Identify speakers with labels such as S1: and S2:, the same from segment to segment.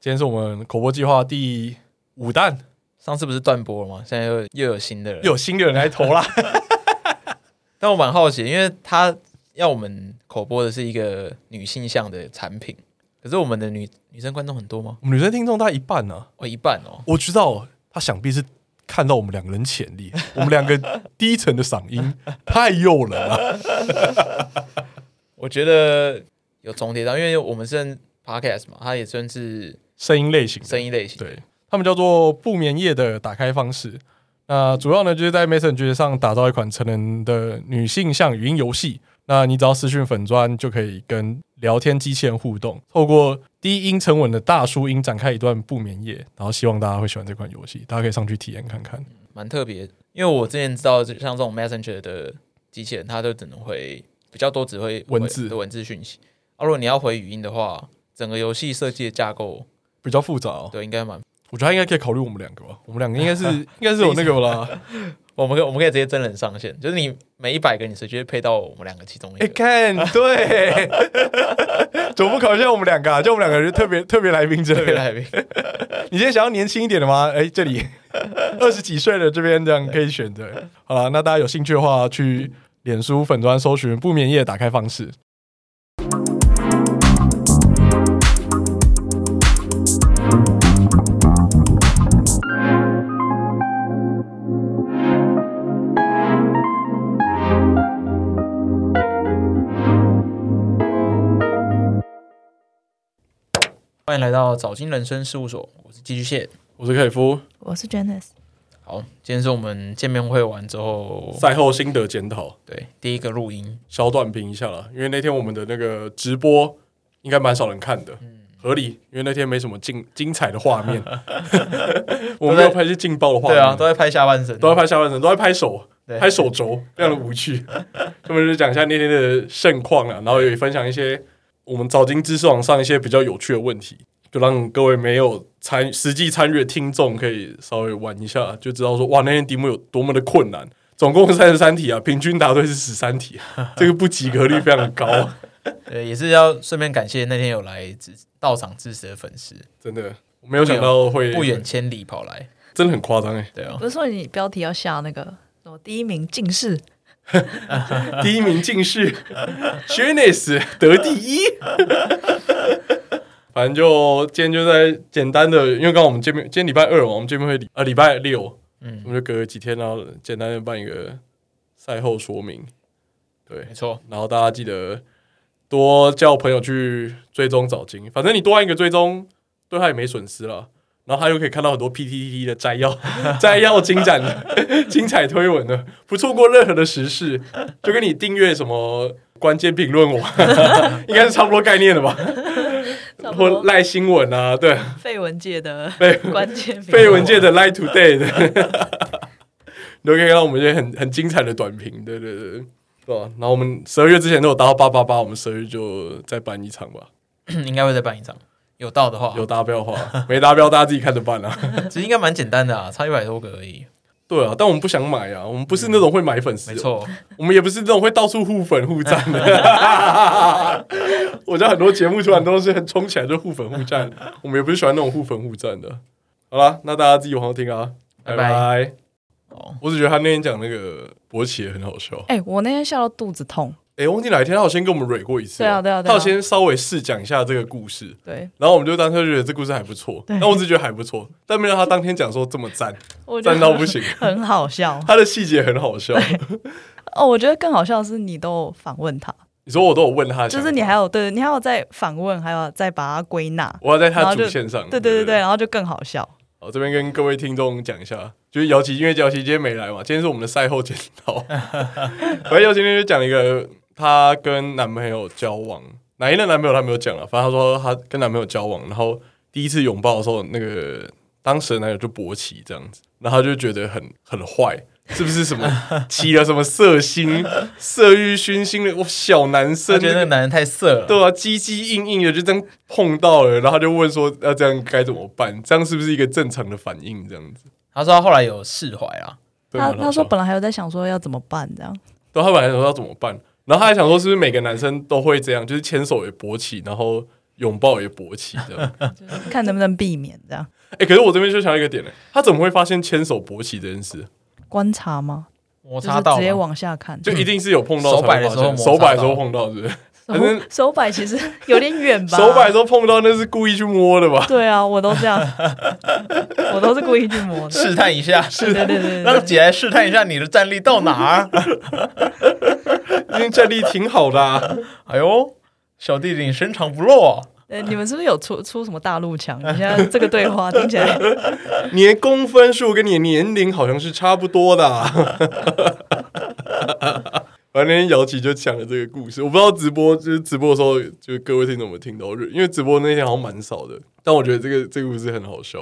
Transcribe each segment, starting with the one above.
S1: 今天是我们口播计划第五弹，
S2: 上次不是断播了吗？现在又又有新的人，
S1: 又有新的人来投 啦。
S2: 但我蛮好奇，因为他要我们口播的是一个女性向的产品，可是我们的女女生观众很多吗？
S1: 我们女生听众大概一半呢、啊，
S2: 哦，一半哦，
S1: 我知道他想必是看到我们两个人潜力，我们两个低沉的嗓音太诱人了。
S2: 我觉得有重叠到，因为我们是 podcast 嘛，它也算是
S1: 声音类型的，
S2: 声音类型，，
S1: 对他们叫做不眠夜的打开方式。那主要呢就是在 Messenger 上打造一款成人的女性向语音游戏。那你只要私讯粉砖就可以跟聊天机器人互动，透过低音沉稳的大叔音展开一段不眠夜。然后希望大家会喜欢这款游戏，大家可以上去体验看看。
S2: 蛮特别。因为我之前知道，就像这种 messenger 的机器人，它都只能回比较多，只会
S1: 文字
S2: 回文字讯息。啊，如果你要回语音的话，整个游戏设计的架构，
S1: 比较复杂、哦，
S2: 对，应该蛮。
S1: 我觉得他应该可以考虑我们两个吧。我们两个应该 是应该是有那个啦。
S2: 我们可以我们可以直接真人上线，就是你每一百个，你直接配到我们两个其中一
S1: 哎、
S2: 个。
S1: 看， 对，怎么不考虑一下我们两个、啊？就我们两个人特别特别来宾之
S2: 特
S1: 类
S2: 别
S1: 的。
S2: 来宾，
S1: 你今天想要年轻一点的吗？哎、这 里二十几岁的这边这样可以选择。好了，那大家有兴趣的话，去脸书粉砖搜寻“不眠夜”打开方式。
S2: 欢迎来到早金人生事务所，我是寄居蟹。
S1: 我是凯夫，
S3: 我是 Janice，
S2: 好，今天是我们见面会完之后，
S1: 赛后心得检讨，
S2: 对第一个录音，
S1: 小短评一下啦，因为那天我们的那个直播应该蛮少人看的，合理，因为那天没什么精精彩的画 面，我们没有拍一些劲爆的画面，
S2: 对啊，都在拍下半身，
S1: 都在拍下半身，都在拍手，
S2: 对
S1: 拍手肘，非常的无 趣。他们就讲一下那天的盛况啊，然后也分享一些我们早经知识网上一些比较有趣的问题，就让各位没有参实际参与的听众可以稍微玩一下，就知道说哇那天题目有多么的困难。总共三十三题啊，平均答对是十三题，啊这个不及格率非常的高，啊
S2: 对，也是要顺便感谢那天有来支到场支持的粉丝，
S1: 真的。我没有想到会
S2: 不远，千里跑来，
S1: 真的很夸张哎！
S2: 对啊
S3: 不，是说你标题要下那个什么第一名进士，
S1: 第一名竟是 s h a n e s 得第一。 反正就今天就在简单的，因为刚刚我们见面，今天礼拜二嘛，我们见面会礼呃礼拜六，
S2: 嗯
S1: 我们就隔几天，然后简单的办一个赛后说明，对
S2: 没，错，
S1: 然后大家记得多叫朋友去追踪早金，反正你多按一个追踪，对他也没损失了。然后他又可以看到很多 PTT 的摘要、 摘要精展的、 精彩推文的，不错过任何的时事，就跟你订阅什么关键评论网， 应该是差不多概念的吧？
S3: 差不
S1: 或
S3: 多
S1: 赖新闻啊，对，
S3: 废文界的
S1: 对
S3: 关 键名，
S1: 废文界的 Lie Today 的，你都可以看到我们一些很很精彩的短评，对对对，对吧、然后我们十二月之前都有达到八八八，我们十二月就再办一场吧。
S2: 应该会再办一场，有到的话，
S1: 有达标的话，没达标大家自己看着办啊。
S2: 其实应该蛮简单的啊，差一百多个而已，
S1: 对啊，但我们不想买啊，我们不是那种会买粉丝，
S2: 没，错，
S1: 我们也不是那种会到处互粉互赞的。 我知道很多节目突然都是很冲起来就互粉互赞，我们也不是喜欢那种互粉互赞的。好啦，那大家自己往后听啊，拜
S2: 拜
S1: 拜。
S2: 拜哦，
S1: 我只觉得他那天讲那个勃起也很好笑。
S3: 哎、我那天笑到肚子痛，
S1: 哎、忘记哪一天他有先跟我们蕊过一次、
S3: 对啊对啊对啊
S1: 他有先稍微试讲一下这个故事，
S3: 对
S1: 然后我们就当时觉得这故事还不错，
S3: 对
S1: 但我只觉得还不错，但没有他当天讲说这么赞，
S3: 我觉
S1: 赞到
S3: 得
S1: 不行，
S3: 很好笑
S1: 他的细节很好 笑。
S3: 哦。我觉得更好笑的是你都有反问他，
S1: 你说我都有问他的想
S3: 就
S1: 法，
S3: 是你还有对你还有在反问，还有再把它归纳，
S1: 我要在
S3: 然
S1: 他
S3: 后
S1: 主
S3: 就
S1: 线上，
S3: 对对对对，。然后就更好笑。
S1: 好，这边跟各位听众讲一下，就是姚琦，因为姚琦今天没来嘛，今天是我们的赛后检 讨。反正姚琦今天就讲了一个她跟男朋友交往，哪一任男朋友她没有讲了，反正她说她跟男朋友交往，然后第一次拥抱的时候，那个当时的男友就勃起这样子，然后她就觉得很很坏。是不是什么起了什么色心、 色欲熏心的？我小男
S2: 我
S1: 生，
S2: 觉得那个男人太色了，
S1: 对啊，唧唧硬硬的就这样碰到了，然后他就问说：“呃那这样该怎么办？这样是不是一个正常的反应？”这样子，
S2: 他说他后来有释怀啊啦，
S1: 对啊
S3: 他
S1: 蛮好
S3: 他说
S1: 笑
S3: 本来还有在想说要怎么办这样，
S1: 对，他本来想说要怎么办，然后他还想说是不是每个男生都会这样，就是牵手也勃起，然后拥抱也勃起这 样。
S3: 就是看能不能避免这样
S1: 哎、可是我这边就想到一个点呢、他怎么会发现牵手勃起这件 事？
S3: 观察吗？
S2: 摩
S3: 就是
S2: 擦到
S3: 直接
S2: 吗
S3: 往下看，
S1: 就一定是有碰到
S2: 手摆
S1: 才会
S2: 的时
S1: 发
S2: 候
S1: 现
S2: 摩
S1: 手
S2: 擦
S1: 摆的时候
S2: 到
S1: 碰到，是不是？
S3: 手
S1: 反正
S3: 手摆其实有点远吧，
S1: 手摆的时候碰到那是故意去摸的 吧？
S3: 对啊，我都这样，我都是故意去摸的，
S2: 试探一下，
S3: 对对对对
S2: 让
S3: 对，
S2: 姐来试探一下你的战力到哪儿。
S1: 今天战力挺好的、啊，
S2: 哎呦，小弟弟你深藏不露啊！
S3: 呃你们是不是有出出什么大陆腔？你现在这个对话听起 来，
S1: 你的公分数跟你的年龄好像是差不多的、啊。 反正那天姚琦就讲了这个故事，我不知道直播就是直播的时候，就是各位听众有没有听到，因为直播那天好像蛮少的，但我觉得这个这个故事很好笑。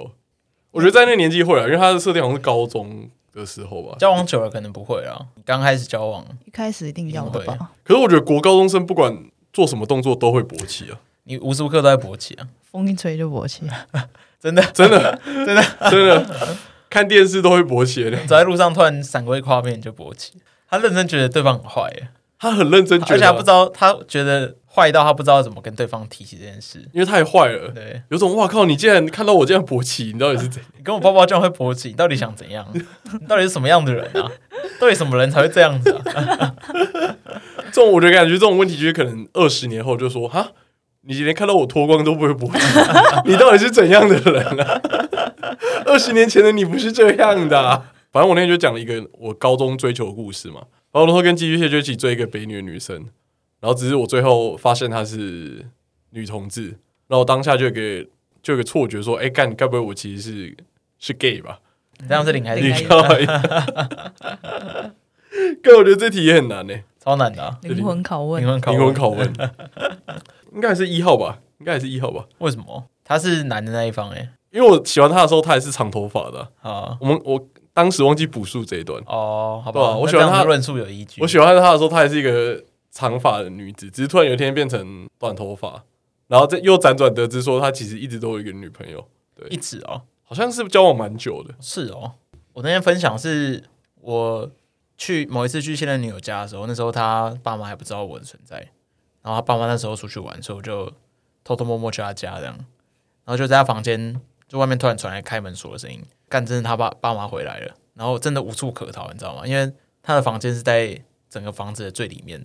S1: 我觉得在那个年纪会啊，因为他的设定好像是高中的时候吧。
S2: 交往久了可能不会啊，你刚开始交往，
S3: 一开始一定要的
S2: 一定
S3: 吧，
S1: 可是我觉得国高中生不管做什么动作都会勃起啊，
S2: 你无时无刻都在勃起啊，
S3: 风一吹就 勃起，
S2: 真的。
S1: 真的真的真的，看电视都会勃起啊的。
S2: 走在路上突然闪过一个画面就勃起，他认真觉得对方很坏耶，
S1: 他很认真觉
S2: 而且
S1: 得
S2: 他不知
S1: 啊，
S2: 道他觉得坏到他不知道怎么跟对方提起这件事。
S1: 因为太坏了。
S2: 对
S1: 有种哇靠！你竟然看到我这样勃起，你到底是怎样？
S2: 你跟我抱抱这样会勃起，你到底想怎 样？你到底是什么样的人啊？到底什么人才会这样子啊？
S1: 这种我就感觉这种问题就是可能二十年后就说哈，你连看到我脱光都不会 勃起，你到底是怎样的人啊？二十年前的你不是这样的啊、反正我那天就讲了一个我高中追求的故事嘛，然后那时候跟寄居蟹就一起追一个北女的女生，然后只是我最后发现她是女同志，然后我当下就有个就有个错觉说，哎、干该不会我其实是是 gay 吧？
S2: 你这样是领还
S3: 应
S2: 是
S1: 你
S3: 该
S1: 看到吗， 哥，我觉得这题也很难呢、欸
S2: 超难的、啊？
S3: 灵魂拷问
S2: 灵，魂拷
S1: 灵
S2: 问
S1: 魂拷问， 应该还是一号吧？应该还是一号吧？
S2: 为什么？他是男的那一方哎、
S1: 因为我喜欢他的时候，他也是长头发的啊、
S2: 啊
S1: 我们我当时忘记补述这一段。
S2: 哦，好
S1: 对
S2: 吧，
S1: 啊我
S2: 那
S1: 喜欢
S2: 这样
S1: 他
S2: 的论述有依据。
S1: 我喜欢他的时候，她还是一个长发的女子，只是突然有一天变成短头发，然后再又辗转得知说，她其实一直都有一个女朋友，
S2: 一直哦，
S1: 好像是交往蛮久的。
S2: 是哦。我那天分享是我去某一次去现任女友家的时候，那时候她爸妈还不知道我的存在，然后她爸妈那时候出去玩，所以我就偷偷摸摸去她家这样，然后就在她房间，就外面突然传来开门锁的声音，干，真的她爸爸妈回来了，然后真的无处可逃，你知道吗？因为她的房间是在整个房子的最里面，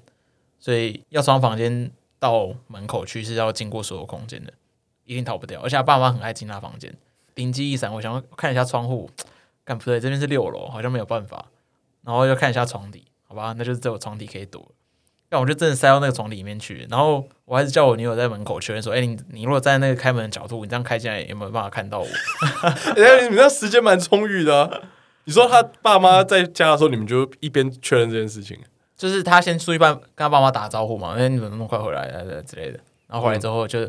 S2: 所以要从她房间到门口去是要经过所有空间的，一定逃不掉，而且她爸妈很爱进她房间。灵机一闪，我想要看一下窗户，干不对，这边是六楼，好像没有办法。然后又看一下床底，好吧，那就是只有床底可以躲。但我就真的塞到那个床里面去，然后我还是叫我女友在门口确认说：“哎、你你如果在那个开门的角度，你这样开进来有没有办法看到我
S1: 哎、欸，你们那时间蛮充裕的、啊。你说他爸妈在家的时候，你们就一边确认这件事情，？”
S2: 就是他先出去办跟他爸妈打招呼嘛，因哎为你们那么快回来呃之类的。然后回来之后就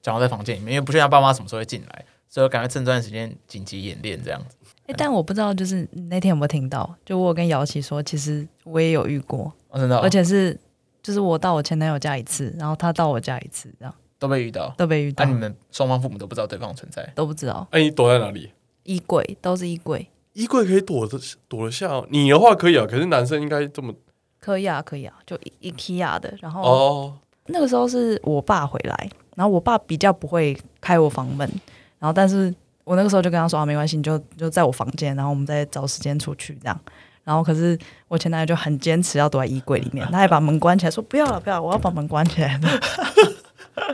S2: 讲到在房间里面，因为不确定他爸妈什么时候会进来，所以我赶快趁这段时间紧急演练这样子。
S3: 哎，但我不知道，就是你那天有没有听到？就我有跟姚琪说，其实我也有遇过，
S2: 哦，真的哦、
S3: 而且是就是我到我前男友家一次，然后他到我家一次，这样
S2: 都被遇到，
S3: 都被遇
S2: 那、
S3: 到
S2: 啊你，们双方父母都不知道对方的存在，
S3: 都不知道
S1: 哎、你躲在哪里？
S3: 衣柜都是衣柜，
S1: 衣柜可以躲得躲得下、哦，你的话可以啊，可是男生应该这么
S3: 可以啊，可以啊，就 I- IKEA 的，然后
S1: 哦
S3: 那个时候是我爸回来，然后我爸比较不会开我房门，然后但是我那个时候就跟他说啊，没关系，你就你就在我房间，然后我们再找时间出去这样。然后可是我前男友就很坚持要躲在衣柜里面，他还把门关起来，说不要了不要了，我要把门关起来。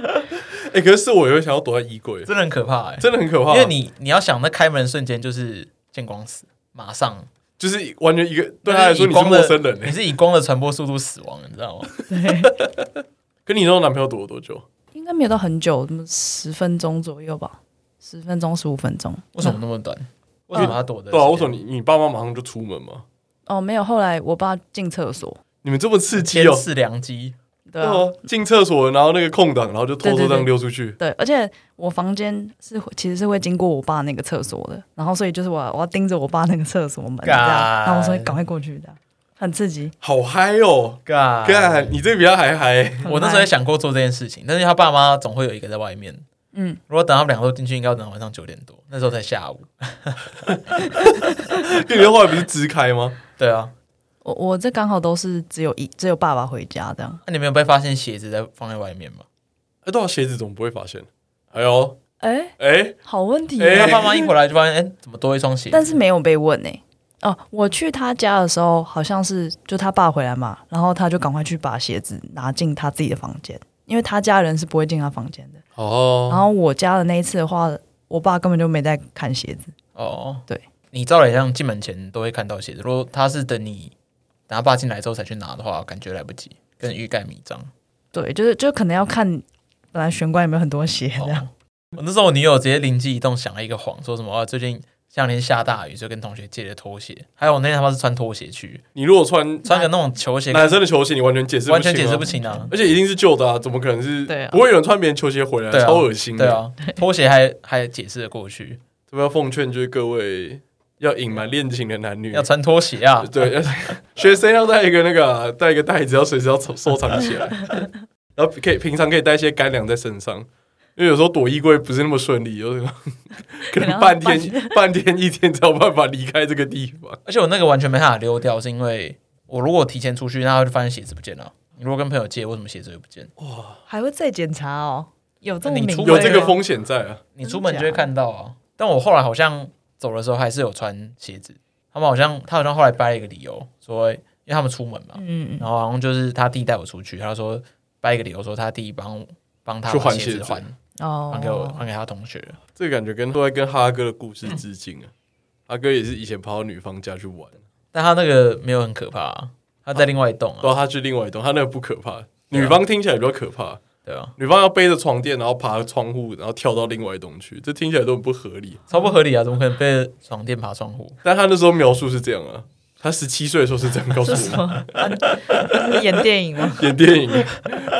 S1: 哎、可是我也会想要躲在衣柜，
S2: 真的很可怕哎、
S1: 真的很可怕，
S2: 因为你你要想，那开门的瞬间就是见光死，马上
S1: 就是完全一个对他来说
S2: 就是以
S1: 你是
S2: 光
S1: 陌
S2: 的
S1: 生人、
S2: 你
S1: 欸。
S2: 是以光的传播速度死亡，你 知道吗？
S3: 对，
S1: 跟你那种男朋友躲了多久？
S3: 应该没有到很久，那么十分钟左右吧，十分钟十五分钟。
S2: 为什么那么短？为什么他躲的？
S1: 对啊，为什么你你爸妈马上就出门嘛？
S3: 哦，没有，后来我爸进厕所，
S1: 你们这么刺激
S2: 天
S1: 哦、
S2: 赐良机？
S3: 对
S2: 哦
S3: 啊，
S1: 对啊进厕所，然后那个空档，然后就偷偷这样溜出去。
S3: 对，而且我房间是会其实是会经过我爸那个厕所的，然后所以就是我我要盯着我爸那个厕所门，这样，
S2: 干
S3: 然后我说你赶快过去，这样很刺激。
S1: 好嗨哦、
S2: 干
S1: 干，你这比他还嗨、
S2: 我那时候也想过做这件事情，但是他爸妈总会有一个在外面。
S3: 嗯，
S2: 如果等他们两个都进去，应该要等到晚上九点多，那时候才下午。
S1: 你的话不是支开吗？
S2: 对啊，
S3: 我我这刚好都是只有一只有爸爸回家这样，
S2: 那、你没有被发现鞋子在放在外面吗？
S1: 哎、那到鞋子总不会发现。哎呦，
S3: 哎、
S1: 哎，
S3: 好问题、
S1: 哎
S3: 啊
S2: 他爸妈一回来就发现，哎、怎么多一双鞋？
S3: 但是没有被问哎、哦，我去他家的时候，好像是就他爸回来嘛，然后他就赶快去把鞋子拿进他自己的房间，因为他家人是不会进他房间的。然
S1: 哦，
S3: 后我家的那一次的话，我爸根本就没在看鞋子。
S2: 哦，
S3: 对，
S2: 你照理讲进门前都会看到鞋子，如果他是等你拿爸进来之后才去拿的话，感觉来不及，跟欲盖弥彰。
S3: 对，就是就可能要看本来玄关有没有很多鞋这样。
S2: 哦我那时候我女友直接灵机一动想了一个谎，说什么、啊、最近这两天下大雨，就跟同学借了拖鞋。还有我那天他妈是穿拖鞋去，
S1: 你如果穿
S2: 穿个那种球鞋，
S1: 男生的球鞋，你完全解释
S2: 完全解释不
S1: 啊，
S2: 清啊。
S1: 而且一定是旧的啊，怎么可能是？
S3: 对啊
S1: 不会有人穿别人球鞋回来，
S2: 对啊
S1: 超恶心的。
S2: 对，啊，拖鞋还还解释得过去，
S1: 这边要奉劝就是各位要隐瞒恋情的男女
S2: 要，穿拖鞋啊。
S1: 对，要学生要带一个那个啊带一个袋子，要随时要收收藏起来，啊 然后可以平常可以带一些干粮在身上。因为有时候躲衣柜不是那么顺利，有时候 可能半天、半天、一天才有办法离开这个地方。
S2: 而且我那个完全没办法溜掉，是因为我如果提前出去，那他就发现鞋子不见了。你如果跟朋友借，为什么鞋子会不见？
S3: 还会再检查哦，有这么
S2: 你
S3: 敏
S2: 出
S3: 锐
S1: 有
S2: 门
S1: 这
S3: 吗
S1: 个风险在啊，
S2: 你出门就会看到啊。但我后来好像走的时候还是有穿鞋子，他们好像他好像后来掰了一个理由，说因为他们出门嘛，
S3: 嗯，嗯
S2: 然后好像就是他弟带我出去，他说掰一个理由说他弟帮帮他
S1: 去
S2: 把
S1: 还
S2: 鞋
S1: 鞋
S2: 子
S1: 子
S2: 还
S3: 嗯哦，
S2: 还给我还给他同学。
S1: 这个感觉跟都在跟哈哥的故事致敬啊。哈哥也是以前跑到女方家去玩，
S2: 但他那个没有很可怕、啊，他在另外一栋
S1: 然
S2: 啊，
S1: 后他去另外一栋，他那个不可怕，女方听起来比较可怕。
S2: 对啊，
S1: 女方要背着床垫，然后爬窗户，然后跳到另外一栋去，这听起来都很不合理。
S2: 超不合理啊，怎么可能被床垫爬窗户？
S1: 但他那时候描述是这样啊，他十七岁的时候是这样告诉
S3: 是什
S1: 我们，
S3: 么？啊就是 演电影吗？
S1: 演电影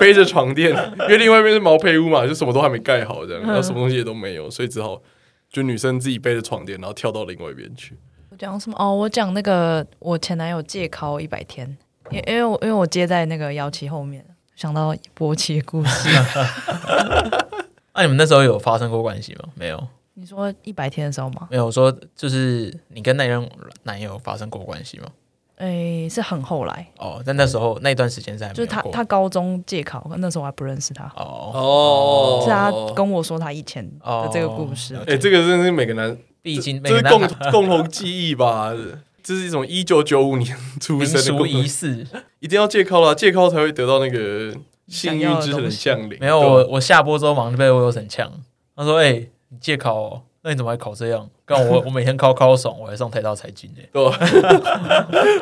S1: 背着床垫，因为另外一边是毛坯屋嘛，就什么都还没盖好这样，然后什么东西也都没有，所以只好就女生自己背着床垫，然后跳到另外一边去。
S3: 我讲什么？哦，我讲那个我前男友借考一百天，因因为我因为我接在那个姚琦后面，想到波奇的故事。
S2: 那、啊你们那时候有发生过关系吗？没有，
S3: 你说一百天的时候吗？
S2: 没有。我说就是你跟那任男友发生过关系吗？
S3: 诶、哎是很后来，
S2: 哦，但那时候那段时间是还没
S3: 就是
S2: 有
S3: 他
S2: 过
S3: 他高中借考，那时候我还不认识他，
S2: 哦，
S1: 哦
S3: 是他跟我说他以前的这个故事。
S2: 哦
S1: 哎、这个真的是每个男
S2: 毕竟哎每
S1: 这
S2: 个
S1: 是
S2: 男
S1: 共
S2: 孩
S1: 共同记忆吧？这是一种一九九五年出
S2: 民
S1: 生的
S2: 俗
S1: 共
S2: 仪
S1: 同，
S2: 式
S1: 一定要借靠啦，借靠才会得到那个幸运之神的降临。
S2: 没有
S1: 对吧
S2: 我，我下播之后马上就被魏有成呛，他说：“哎、你戒考、哦，那你怎么还考这样？干我我每天考考爽，我还上台大财经呢、
S1: 对 吧？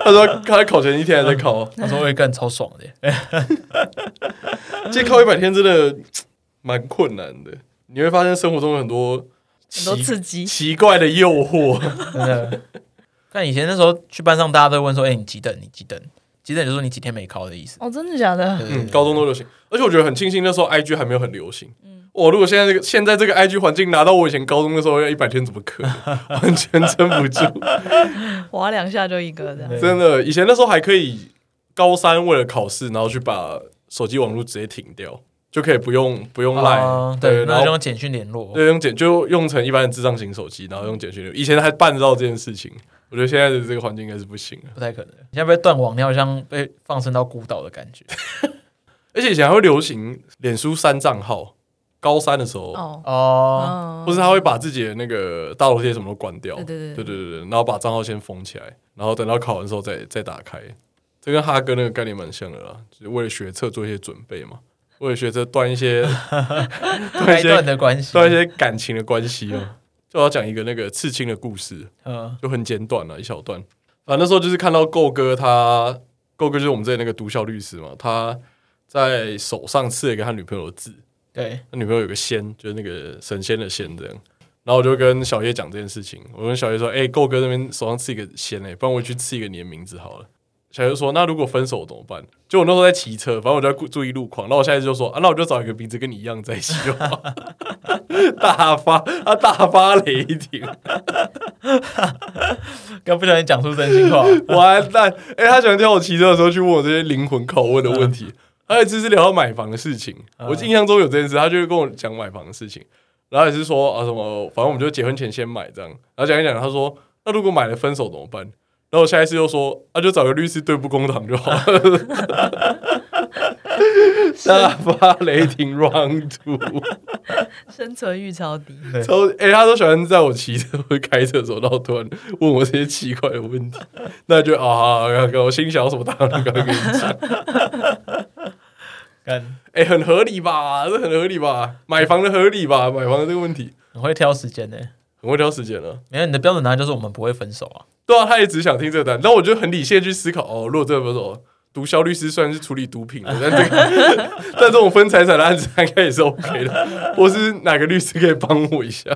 S1: 他说他在考前一天还在考，
S2: 他说：“哎、干超爽的、
S1: 借靠一百天真的蛮困难的。你会发现生活中有很多
S3: 很
S1: 奇
S3: 多刺激，
S1: 奇怪的诱惑，
S2: 真的。看以前那时候去班上，大家都会问说：‘哎、你几等？你几等？’几等就是你几天没考的意思。
S3: 哦，真的假的？
S2: 对对
S1: 嗯，
S2: 对
S1: 高中都流行，而且我觉得很庆幸那时候 IG 还没有很流行。嗯，我如果现在这个现在这个 IG 环境拿到我以前高中的时候，哎要一百天怎么可 能？完全撑不住。
S3: 划两下就一个这样。
S2: 对
S1: 真的，以前那时候还可以高三为了考试，然后去把手机网络直接停掉，就可以不用不用 line，、
S2: 啊
S1: 对，
S2: 对，
S1: 然
S2: 那就
S1: 后
S2: 用简讯联络。
S1: 对用简就用成一般的智障型手机，然后用简讯流。以前还办得到这件事情，我觉得现在的这个环境应该是不行了。
S2: 不太可能，你现在被断网，你好像被放生到孤岛的感觉。
S1: 而且以前还会流行脸书删账号，高三的时候，
S3: 哦，
S2: 哦，
S3: 嗯
S1: 或是他会把自己的那个大头贴什么都关掉，
S3: 对对
S1: 对
S3: 对
S1: 对对对然后把账号先封起来，然后等到考完之后再再打开。这跟哈哥那个概念蛮像的啦，就是为了学测做一些准备嘛，为了学测断一 些断
S2: 该
S1: 一
S2: 断
S1: 些
S2: 的关系。
S1: 断一些感情的关系哦。就要讲一个那个刺青的故事，
S2: 嗯，
S1: 就很简短了，一小段。反正那时候就是看到够哥他，够哥就是我们之前那个毒枭律师嘛，他在手上刺了一个他女朋友的字，
S2: 对，
S1: 他女朋友有个仙，就是那个神仙的仙这样。然后我就跟小叶讲这件事情，我跟小叶说：“哎、够哥那边手上刺一个仙哎、不然我去刺一个你的名字好了。”小叶就说：“那如果分手怎么办？”就我那时候在骑车，反正我就在顾注意路况。然后我下一次就说：“啊，那我就找一个名字跟你一样在一起就好。”大发他大发雷霆，
S2: 刚不小心讲出真心话。
S1: 完蛋！哎、他喜欢挑我骑车的时候去问我这些灵魂拷问的问题。还有一次是聊到买房的事情，我印象中有这件事，他就会跟我讲买房的事情，然后也是说啊什么，反正我们就结婚前先买这样。然后讲一讲，他说那如果买了分手怎么办？然后我下一次又说啊，就找个律师对簿公堂就好了。大发雷霆 Round Two。
S3: 生存欲超低。
S1: 超哎、他都喜欢在我骑车或开车的时候，然后突然问我这些奇怪的问题，那就啊，刚刚我心想什么，当然刚刚跟你讲，
S2: 干
S1: 哎、很合理吧？这很合理吧？买房的合理吧？买房的这个问题
S2: 很会挑时间呢、
S1: 很会挑时间啊。
S2: 没有你的标准答案就是我们不会分手啊。
S1: 对啊，他也只想听这个单，但我就很理性地去思考，哦，如果这个分手，毒枭律师虽然是处理毒品的，但这个 但这种分财产的案子应该也是 OK 的，或是哪个律师可以帮我一下？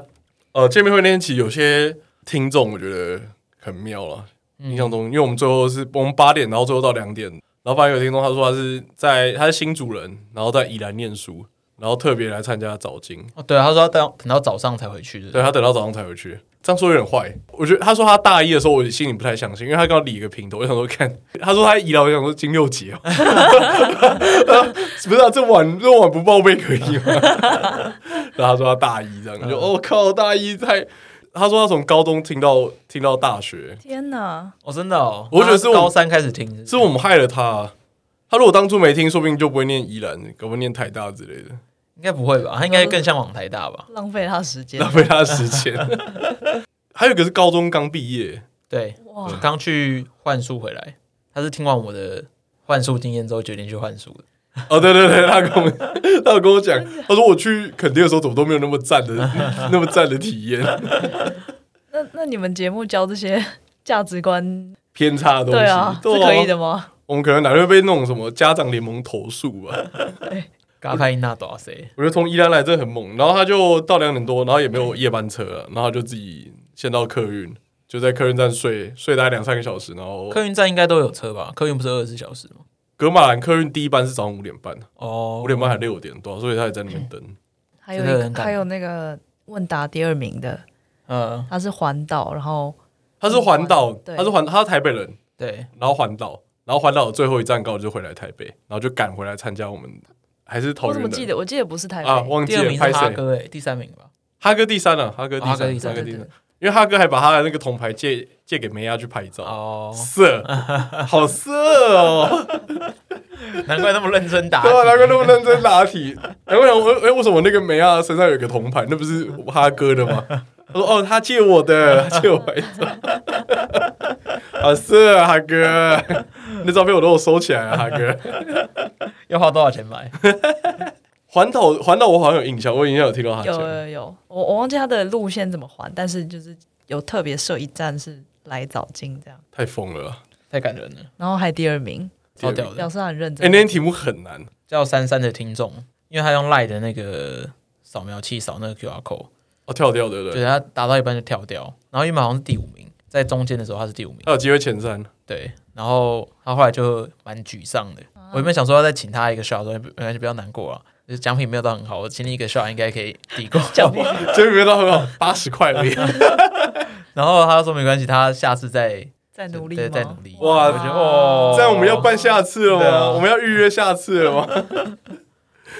S1: 呃，见面会那天起，有些听众我觉得很妙了，印象中，因为我们最后是我们八点，然后最后到两点，然后发现有听众他说他是在他是新主人，然后在宜兰念书，然后特别来参加早经，
S2: 哦，对啊，他说他等等到早上才回去，对不
S1: 对
S2: 对？
S1: 他等到早上才回去，这样说有点坏。我觉得他说他大一的时候，我心里不太相信，因为他刚理一个平头，我想说看，他说他一来，我想说金六杰哦， 不是啊，这晚这晚不报备可以吗？ 然后他说他大一这样，就我、哦、靠，大一太，他说他从高中听到听到大学，
S3: 天哪！
S2: 哦，真的哦，
S1: 我觉得是我
S2: 他高三开始听不，
S1: 是我们害了他。他如果当初没听，说不定就不会念宜兰，搞不好念台大之类的，
S2: 应该不会吧？他应该更向往台大吧？
S3: 浪费他时间
S1: 浪费他的时间。 还有一个是高中刚毕业，
S2: 对，
S3: 哇！
S2: 刚去幻术回来，他是听完我的幻术经验之后决定去幻术的。
S1: 哦，对对对，他跟我 他有跟我讲，他说我去垦丁的时候怎么都没有那么赞的 那么赞的体验，
S3: 那那你们节目教这些价值观，
S1: 偏差的东西，
S3: 对啊，是可以的。吗？
S1: 我们可能哪天会被那种什么家长联盟投诉吧。
S2: 嘎拍那多谁？
S1: 我觉得从宜兰来真的很猛，然后他就到两点多，然后也没有夜班车了，然后他就自己先到客运，就在客运站睡睡大概两三个小时，然后
S2: 客运站应该都有车吧？客运不是二十四小时吗？
S1: 格马兰客运第一班是早上五点半，
S2: 哦
S1: 五，点半还六点多，所以他也在那边等。
S3: 还有
S2: 真的
S3: 一
S2: 很
S3: 个
S2: 感
S3: 还有那个问答第二名的，
S2: 嗯，
S3: 他是环岛，然后
S1: 他是环岛，
S3: 对
S1: 他是环，他是台北人，
S2: 对，
S1: 然后环岛，然后环岛的最后一站刚好就回来台北，然后就赶回来参加我们还是
S3: 我
S1: 桃
S3: 怎
S1: 园
S3: 么
S1: 的
S3: 记得？我记得不是台
S1: 啊，
S3: 北，
S1: 忘记
S2: 第二
S1: 了
S2: 名是
S1: 拍
S2: 哈
S1: 谁？
S2: 哥诶，欸第三名吧？
S1: 哈哥第三了，哈哥第
S2: 哦哈哥
S1: 三，
S2: 第三
S1: 哈哥第
S3: 对
S1: 三
S3: 对，
S1: 因为哈哥还把他的那个铜牌借借给梅亚去拍照，
S2: 哦，
S1: 色，好色哦！
S2: 难怪那么认真打
S1: 对啊，难
S2: 题。
S1: 怪那么认真答题。哎，我想问，哎，为什么那个梅亚身上有一个铜牌？那不是哈哥的吗？他说：“哦，他借我 的，他借我拍照。好色啊，哈哥，那照片我都有收起来啊，哈哥。”
S2: 要花多少钱买？
S1: 环岛，环岛我好像有印象，我以前有听到他
S3: 有
S1: 讲，
S3: 有有，我我忘记他的路线怎么环，但是就是有特别设一站是来早经这样，
S1: 太疯了啦，
S2: 太感人了，
S3: 然后还第二名，
S2: 超屌的
S3: 表。示他很认
S1: 哎、
S3: 真。
S1: 那天题目很难，
S2: 叫珊珊的听众，因为他用赖的那个扫描器扫那个 QR code，
S1: 哦，跳掉对不对？
S2: 对他打到一半就跳掉，然后因为好像是第五名，在中间的时候他是第五名，
S1: 他有机会前三，
S2: 对，然后他后来就蛮沮丧的。我原本想说要再请他一个 shot，说没关系，不要难过啊，就是奖品没有到很好，我请你一个 shot 应该可以抵过奖品。
S1: 结果没到很好，八十块而已。
S2: 然后他说没关系，他下次再
S3: 在努力
S2: 对
S3: 吗？
S2: 再努力。
S1: 哇
S2: 我觉得哦，
S1: 这样我们要办下次了吗？
S2: 对啊
S1: 我们要预约下次了吗？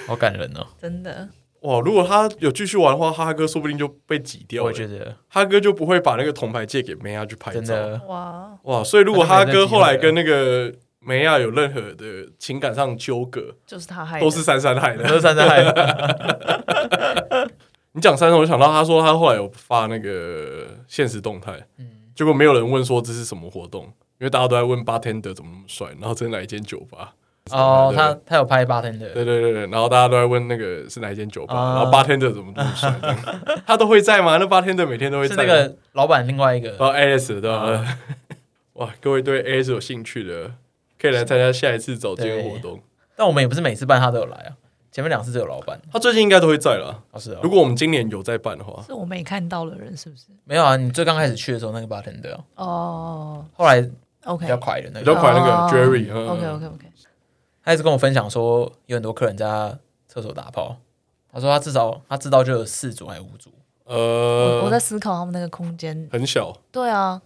S2: 好感人哦，
S3: 真的，
S1: 哇，如果他有继续玩的话，哈哥说不定就被挤掉
S2: 我
S1: 了，
S2: 觉得
S1: 哈哥就不会把那个铜牌借给梅亚去拍
S2: 真
S1: 照。
S2: 的
S3: 哇，
S1: 哇，所以如果
S2: 他
S1: 哈
S2: 就没这
S1: 哥
S2: 机会
S1: 后来跟那个梅亚有任何的情感上纠葛，
S3: 就是他害的
S1: 都是珊珊害
S2: 都
S1: 的。
S2: 是珊 珊害，
S1: 你讲珊珊，我就想到他说他后来有发那个现实动态，
S2: 嗯，
S1: 结果没有人问说这是什么活动，因为大家都在问 bartender 怎么那么帅，然后这是哪一间酒吧？
S2: 哦，
S1: 对
S2: 他他有拍八天的，
S1: 对对对对，然后大家都在问那个是哪一间酒吧，
S2: 啊
S1: 然后 bartender 怎么那么帅？这样他都会在吗？那 bartender 每天都会
S2: 是
S1: 在
S2: 那
S1: 吗。
S2: 个老板另外一个，
S1: 然后 Alice 对吧
S2: 啊？
S1: 哇，各位对 Alice 有兴趣的，可以来参加下一次早间
S2: 对
S1: 活动。
S2: 但我们也不是每次办他都有来啊，前面两次只有老板，
S1: 他最近应该都会在了。
S2: 哦是哦，
S1: 如果我们今年有在办的话，
S3: 是我没看到的人，是不是？
S2: 没有啊，你最刚开始去的时候那个 bartender，啊
S3: 哦
S2: 后来比
S3: ，OK，
S2: 较快的那
S1: 比
S2: 个
S1: 较，快那个
S3: 哦
S1: Jerry，嗯
S3: OK OK OK，
S2: 他一直跟我分享说，有很多客人在他厕所打炮，他说他至少他知道就有四组还是五组，
S3: 我我在
S1: 呃，
S3: 思考他们那个空间。
S1: 很小。
S3: 对啊，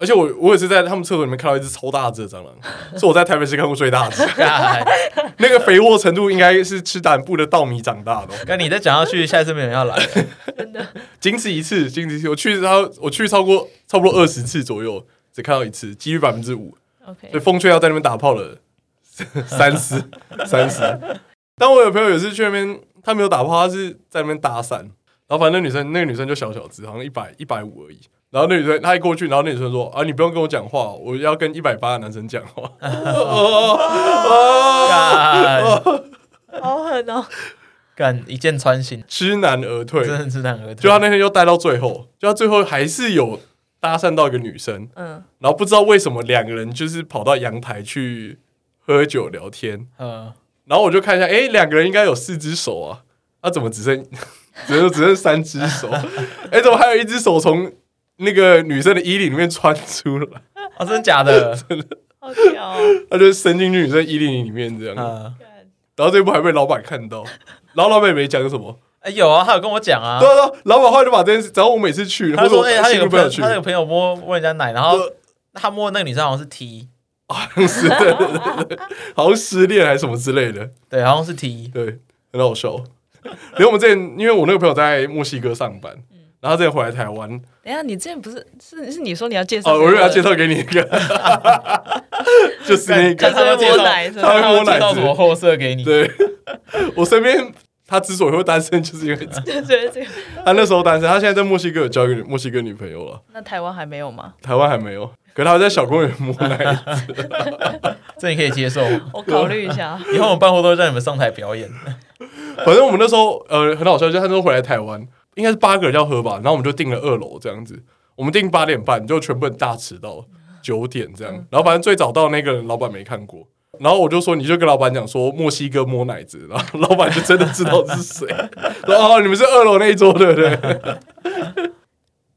S1: 而且我我也是在他们厕所里面看到一只超大只的蟑螂，是 我在台北市看过最大只。
S2: 干
S1: 那个肥沃程度应该是吃南部的稻米长大的哦、
S2: 跟你再讲下去，下一次没有人要来了，
S1: 仅此一次，仅此一次。我去超，我去超过差不多二十次左右，只看到一次，几率百分之五。所
S3: OK，
S1: 以风吹要在那边打炮了， 三思 三思。但我有朋友也是去那边，他没有打炮，他是在那边搭讪，然后反正那女生那个女生就小小只，好像一百一百五而已。然后那女生她一过去，然后那女生说：“啊，你不用跟我讲话，我要跟一百八的男生讲话。哦”哦哦
S2: 干
S3: 好狠哦！
S2: 干一箭穿心，
S1: 知难而退，
S2: 真的是难而退。
S1: 就他那天又待到最后，就他最后还是有搭讪到一个女生，
S3: 嗯，
S1: 然后不知道为什么两个人就是跑到阳台去喝酒聊天，
S2: 呃，
S1: 然后我就看一下，哎、两个人应该有四只手啊，那、怎么只剩 只剩只剩三只手？哎、怎么还有一只手从那个女生的衣领里面穿出来？
S2: 哦，真的假的？
S3: 好屌、 哦！
S1: 他就伸进去女生衣领里面这样，
S2: 呃，
S1: 然后这一幕还被老板看 到，然后老板也没讲什么，
S2: 哎有啊，他有跟我讲啊
S1: 对，啊，对啊老板后来就把这件事，只要我每次去，
S2: 他
S1: 或者
S2: 说
S1: 我
S2: 哎，他有
S1: 新
S2: 个
S1: 朋
S2: 朋友，
S1: 友去
S2: 他，有个朋友摸摸人家奶，然后他摸那个女生好像是 T，
S1: 是对对对对，好像失恋还是什么之类的，
S2: 对，好像是 T，E
S1: 对，很好笑。因为我们之前，因为我那个朋友在墨西哥上班，然后他之前回来台湾，
S3: 等一下，你之前不是是是你说你要介绍
S1: 哦，
S3: 给的？
S1: 我又要 介绍给你一个， 就是那
S3: 干
S1: 个，
S3: 他会摸奶是吧
S2: 他会介绍什么货色给你？
S1: 对，我身边他之所以会单身，就是因为这
S3: 就觉得这个。
S1: 他那时候单身，他现在在墨西哥有交一个女墨西哥女朋友了，
S3: 那台湾还没有吗？
S1: 台湾还没有，可是他在小公园摸奶，
S2: 这你可以接受吗。
S3: 我考虑一下。
S2: 以后我们办活动让你们上台表演，
S1: 反正我们那时候呃很好笑，就是他那时候回来台湾，应该是八个人要喝吧，然后我们就订了二楼这样子，我们订八点半，就全部人大迟到九点这样，然后反正最早到那个人老板没看过。然后我就说，你就跟老板讲说墨西哥摸奶子，然后老板就真的知道是谁。 说哦，你们是二楼那一桌对不对？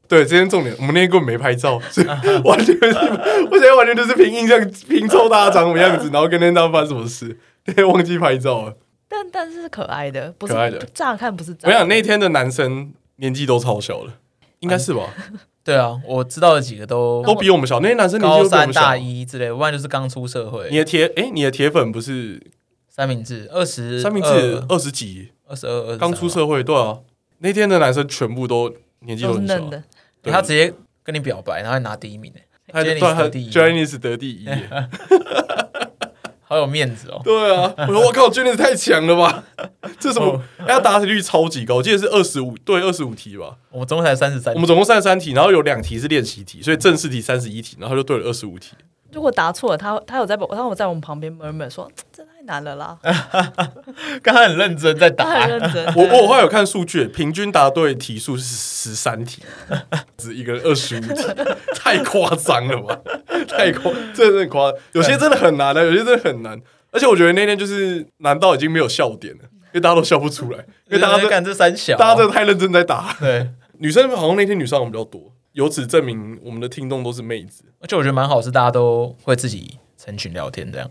S1: 对， 今天重点，我们那天根本没拍照，所以完全是，我现在完全就是凭印象拼凑大家长什么样子，然后跟那当发生什么事， 那天忘记拍照了。
S3: 但但是是可爱的，不是
S1: 可爱的
S3: 乍看不是
S1: 我
S3: 乍
S1: 想那天的男生年纪都超小了，应该是吧？
S2: 对啊，我知道的几个都
S1: 都比我们小。那些男生年纪都
S2: 高
S1: 比我
S2: 三
S1: 们
S2: 大
S1: 小。
S2: 一之类，不然就是刚出社
S1: 你
S2: 会。
S1: 的铁哎、你的铁粉不是
S2: 三明治二十，
S1: 三明治二十几，
S2: 二十二，
S1: 刚出社会，对啊。那天的男生全部都年纪
S3: 都是
S1: 很啊小
S3: 嫩，的。
S2: 对，他直接跟你表白，然后还拿第一名，
S1: 他就
S2: 觉得你
S1: 对啊
S2: 是
S1: 他
S2: 第一，
S1: Jennis 得第 一耶，
S2: 好有面子哦。
S1: 对啊。我说我靠，Jennis 太强了吧？ 这什
S2: 哦
S1: 么？哎他答题率超级高，我记得是二十五对二十五题吧。
S2: 我们总共才三十三
S1: 我，们总共三十三题，然后有两题是练习题，所以正式题三十一题，然后他就对了二十五题。
S3: 如果答错了，他他有在他有在我们旁边 murmur 说这太难了 啦，
S2: 刚才很认真在
S3: 他很
S2: 打，
S3: 认 真。
S1: 我
S3: 对
S1: 我后来有看数据，平均答对题数是十三题， 只一个人二十五题，太夸张了吧？太夸，这真的很夸张。有些真的很难的、啊有些真的很难。而且我觉得那天就是难到已经没有笑点了，因为大家都笑不出来，因为大家
S2: 在
S1: 都
S2: 干这三小，哦
S1: 大家真的太认真在打。
S2: 对。
S1: 女生好像那天女生我们比较多，由此证明我们的听众都是妹子。
S2: 而且我觉得蛮好，是大家都会自己成群聊天这样。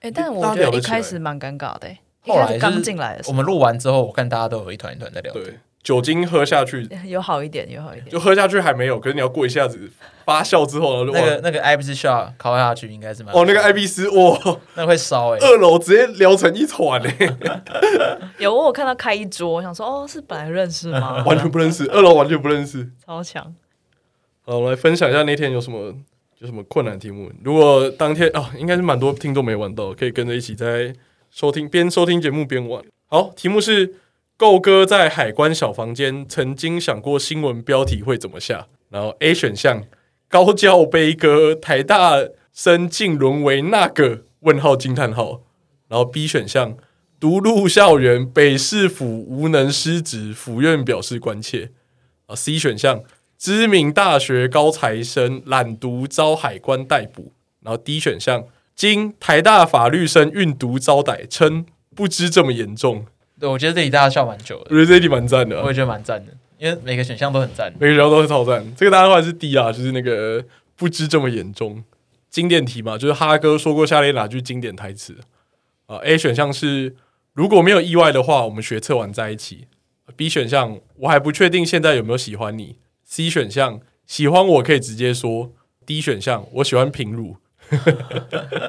S3: 哎，但我
S1: 大家
S3: 觉
S1: 聊
S3: 得
S1: 得
S3: 一
S1: 起
S3: 开
S1: 来
S3: 始蛮尴尬的，欸一
S2: 后
S3: 开
S2: 来
S3: 始刚进来的时
S2: 我们录完之后，我看大家都有一团一团在聊天。
S1: 对，酒精喝下去
S3: 候，有好一点，有好一点
S1: 就。喝下去还没有，可是你要过一下子发酵之后，然后就
S2: 那
S1: 哇
S2: 个那个 i b s shot 敲下去应该是蛮
S1: 哦，那个艾比斯哇。
S2: 那会烧哎、
S1: 二楼直接聊成一团欸嘞、？
S3: 有我有看到开一桌，我想说哦，是本来认识吗
S1: 完全不认识，二楼完全不认识。
S3: 超强，
S1: 好，我们来分享一下那天有什么有什么困难题目。如果当天啊、应该是蛮多听众没玩到，可以跟着一起在收听，边收听节目边玩。好，题目是够哥在海关小房间曾经想过新闻标题会怎么下，然后 A 选项高教悲歌，台大生竟沦为那个问号惊叹号，然后 B 选项。独入校园，北市府无能失职，府院表示关切。啊，C 选项，知名大学高材生懒读遭海关逮捕。然后 D 选项，经台大法律生运毒遭逮，称不知这么严重。
S2: 对，我觉得这里大家笑蛮久
S1: 我
S2: 的，
S1: 觉得这一题蛮赞的、
S2: 我
S1: 啊，
S2: 也觉得蛮赞的，因为每个选项都很赞。
S1: 每个学校都是超赞。这个答案的话是 D 啊，就是那个不知这么严重。经典题嘛，就是哈哥说过下列哪句经典台词啊？A 选项是如果没有意外的话，我们学测完在一起。B 选项我还不确定现在有没有喜欢你。C 选项喜欢我可以直接说。D 选项我喜欢平乳。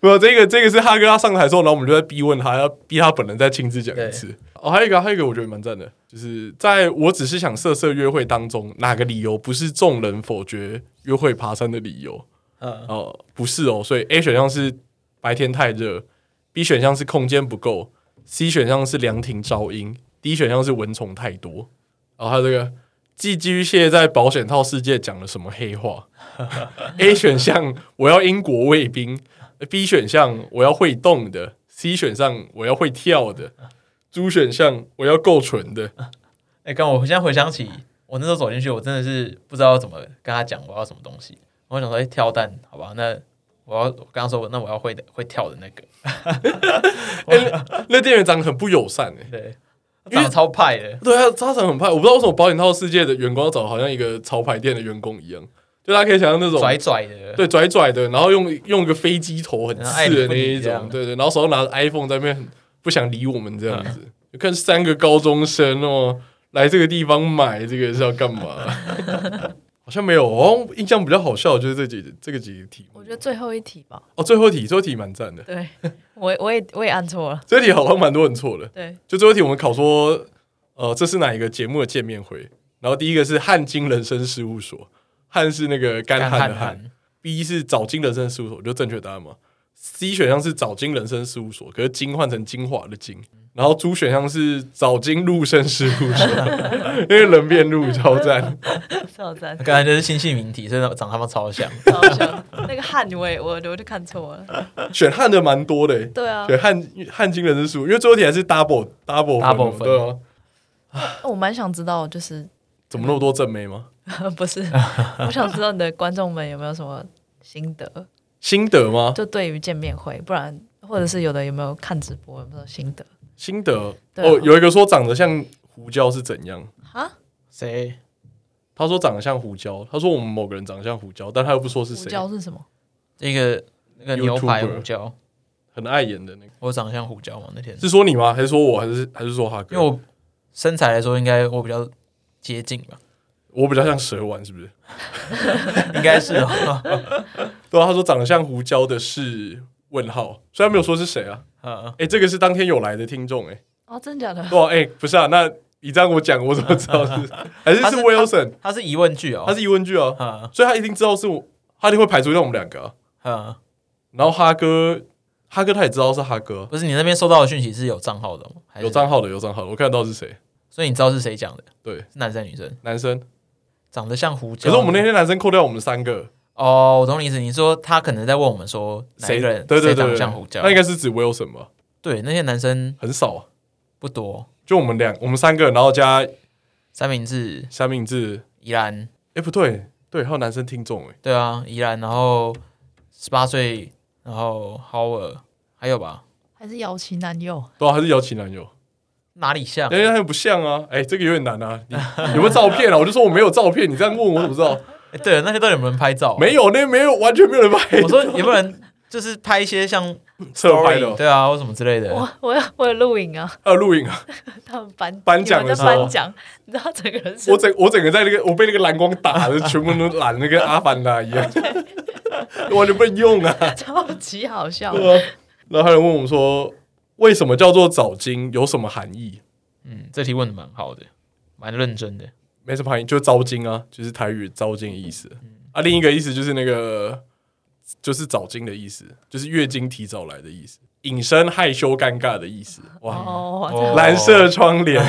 S1: 没有这个，这个是哈哥他上台的时候，然后我们就在逼问他，要逼他本人再亲自讲一次。哦，还有一个，还有一个我觉得蛮赞的，就是在我只是想色色约会当中，哪个理由不是众人否决约会爬山的理由？
S2: 嗯，
S1: 哦，不是哦，所以 A 选项是白天太热；B 选项是空间不够；C 选项是凉亭噪音；D 选项是蚊虫太多。然后还有这个寄居蟹在保险套世界讲了什么黑话？A 选项我要英国卫兵；B 选项我要会动的；C 选项我要会跳的；D 选项我要够纯的。
S2: 哎、刚我现在回想起，我那时候走进去，我真的是不知道怎么跟他讲我要什么东西。我想说，哎、跳蛋，好吧，那我要我刚刚说，那我要会的会跳的那个，
S1: 哎那店员长得很不友善哎、
S2: 对，长得超派的，
S1: 对啊，他长得很派，我不知道为什么保险套世界的员工要找好像一个潮牌店的员工一样，就大家可以想象那种
S2: 拽拽的，
S1: 对拽拽的，然后用用一个飞机头很
S2: 然后爱理
S1: 刺的
S2: 不
S1: 那
S2: 理
S1: 一
S2: 这
S1: 种，
S2: 样
S1: 对对，然后手上拿着 iPhone 在那边很不想理我们这样 子，就看三个高中生哦来这个地方买这个是要干 嘛？好像没有，哦，印象比较好笑的就是这几这个几题目
S3: 我觉得最后一题吧，
S1: 哦，最后一题最后一题蛮赞的，
S3: 对我我也我也按错了，
S1: 这题好像蛮多人错的。
S3: 对，
S1: 就最后一题我们考说，呃，这是哪一个节目的见面会？然后第一个是汉金人生事务所，汉是那个干旱的旱
S2: 汉
S1: ，B 是找金人生事务所，就正确答案嘛。C 选项是找金人生事务所，可是金换成精华的金。然后猪选项是找金入生事务所， 因为人变路超赞。
S3: 超赞，
S2: 刚才就是新系名题，真的长他妈超像。
S3: 超像那个汉我也我我就看错了，
S1: 选汉的蛮多的、欸，
S3: 对啊，
S1: 选汉汉金人生事务，因为最后一题还是 double double 分
S2: double
S1: 哦
S2: 分
S1: 对啊，
S3: 我蛮想知道，就是
S1: 怎么那么多正妹吗？
S3: 不 是，我想知道你的观众们有没有什么心得，
S1: 心得吗？
S3: 就对于见面会，不然或者是有的有没有看直播，有没有心得
S1: 心得、
S3: 对啊
S1: 哦，有一个说长得像胡椒是怎样？
S3: 啊？
S2: 谁？
S1: 他说长得像胡椒，他说我们某个人长得像胡椒，但他又不说是
S3: 胡
S1: 谁，
S3: 椒是什么？
S2: 那个那个牛排
S1: YouTuber
S2: 胡椒，
S1: 很碍眼的那个，
S2: 我长得像胡椒吗？那天，
S1: 是说你吗？还是说我？还是还是说哈哥？
S2: 因为我身材来说，应该我比较接近 吧，
S1: 我比较像蛇丸，是不是？
S2: 应该是哦。
S1: 对啊，他说长得像胡椒的是问号，虽然没有说是谁啊。
S2: 嗯
S1: 哎、这个是当天有来的听众哎、
S3: 哦，真的假的？
S1: 对啊，哎、不是啊，那你这样我讲，我怎么知道 是？还是
S2: 他
S1: 是
S2: 是
S1: Wilson？
S2: 他是疑问句哦，
S1: 他是疑问句啊，
S2: 嗯
S1: 所以他一定知道是我，他一定会排除掉我们两个、啊。
S2: 嗯，
S1: 然后哈哥，哈哥他也知道是哈哥，
S2: 不是你那边收到的讯息是有账号的吗？还是
S1: 有，账号的，有账号的，我看得到是谁。
S2: 所以你知道是谁讲的？
S1: 对，
S2: 是男生还是女生？
S1: 男生。
S2: 长得像胡椒。
S1: 可是我们那天男生扣掉我们三个，
S2: 哦，我懂你意思。你说他可能在问我们说哪一
S1: 谁
S2: 个人
S1: 对对
S2: 谁长
S1: 对，
S2: 得像胡椒
S1: 那？应该是指 Wilson 吧？
S2: 对，那些男生
S1: 很少啊，
S2: 不多，
S1: 就我们两，我们三个，然后加
S2: 三明治、
S1: 三明治。
S2: 宜兰，
S1: 哎，不对，对，还有男生听众哎，
S2: 对啊，宜兰，然后十八岁，然后 Howard，还有吧？
S3: 还是摇旗男友？
S1: 对啊，还是姚琪男友，
S2: 哪里像
S1: 因？为他又不像啊，哎，这个有点难啊，你有没有照片啊？我就说我没有照片，你这样问我怎么知道？
S2: 诶哎对了，那些到底有没有人拍照？
S1: 没有，那没有，完全没有人拍，
S2: 我说有没有人就是拍一些像
S1: 侧拍
S2: story，
S1: 的，哦
S2: 对啊，或什么之类的。
S3: 我我有我有录影啊，
S1: 还有录影啊，
S3: 他们颁
S1: 颁奖
S3: 你
S1: 的
S3: 们
S1: 时
S3: 在
S1: 候
S3: 颁奖， 你知道整个人是
S1: 我整我整个在那个我被那个蓝光打的，全部都懒得跟阿凡达一样，完全不能用啊。
S3: 超级好笑。
S1: 对啊，然后还有人问我们说，为什么叫做早经，有什么含义？
S2: 嗯，这题问的蛮好的，蛮认真的。
S1: 没什么含义，就是招经啊，就是台语招经的意思。
S2: 嗯
S1: 啊，另一个意思就是那个，就是早经的意思，就是月经提早来的意思，隐身、害羞、尴尬的意思。哇，
S3: 哦，
S2: 哦
S1: 蓝色窗 帘，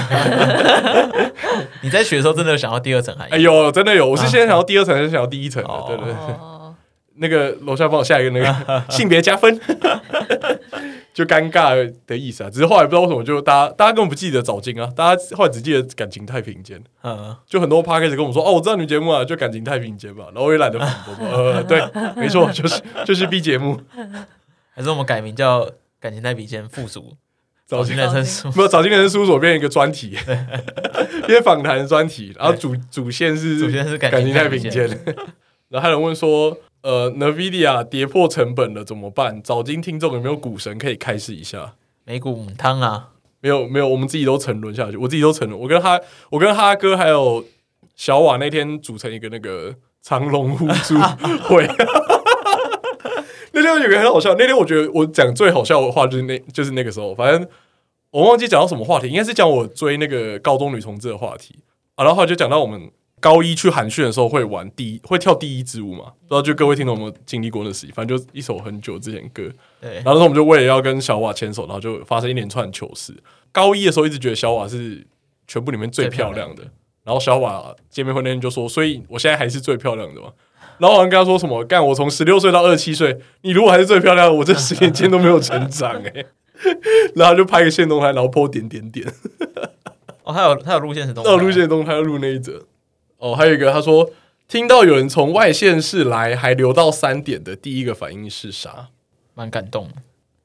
S2: 你在学的时候真的有想到第二层含
S1: 哎
S2: 义？
S1: 呦，真的有，我是先想到第二层，还是想到第一层的
S2: 哦？
S1: 对对
S3: 这
S1: 对，
S3: 哦，
S1: 那个楼下帮我下一个那 个性别加分，就尴尬的意思啊。只是后来不知道为什么，就大家大家根本不记得早经啊，大家后来只记得感情太平间。
S2: 嗯，
S1: 就很多 p a r k e 跟我们说，哦，我知道你们节目啊，就感情太平间吧，然后我也懒得反驳，说呃，对，没错，就是就是 B 节目，
S2: 还是我们改名叫感情代笔尖附属
S1: 早
S2: 进
S1: 经
S2: 来称书。
S1: 没有早经人事务所变一个专 题，因为访谈专题，然后主主线是
S2: 首先是感
S1: 感情
S2: 情
S1: 太
S2: 代
S1: 平
S2: 笔
S1: 间
S2: 尖，，
S1: 然后还有人问说，呃，NVIDIA 跌破成本了怎么办？早经听众有没有股神可以开示一下？
S2: 美股母汤啊，
S1: 没有没有，我们自己都沉沦下去，我自己都沉沦。我跟他，我跟哈哥还有小瓦那天组成一个那个长龙互助会。那天有个很好笑，那天我觉得我讲最好笑的话就是那，就是那个时候，反正我忘记讲到什么话题，应该是讲我追那个高中女同志的话题啊。然后后来就讲到我们高一去韩训的时候会玩第一，会跳第一支舞嘛？不知道就各位听众有没有经历过那时期，反正就一首很久之前的歌。
S2: 对
S1: 然，后那时候我们就为了要跟小瓦牵手，然后就发生一连串糗事。高一的时候一直觉得小瓦是全部里面最漂亮的，然后小瓦见面会那天就说：“所以我现在还是最漂亮的嘛。”然后我好像跟他说什么：“干，我从十六岁到二十七岁，你如果还是最漂亮的，我这十年间都没有成长哎、欸 然后他就拍个线动态，然后 po 点点点，
S2: 哦，还有还有路线是动态，
S1: 那路线动态录那一则。哦，还有一个他说，听到有人从外县市来，还留到三点的，第一个反应是啥？
S2: 蛮感动的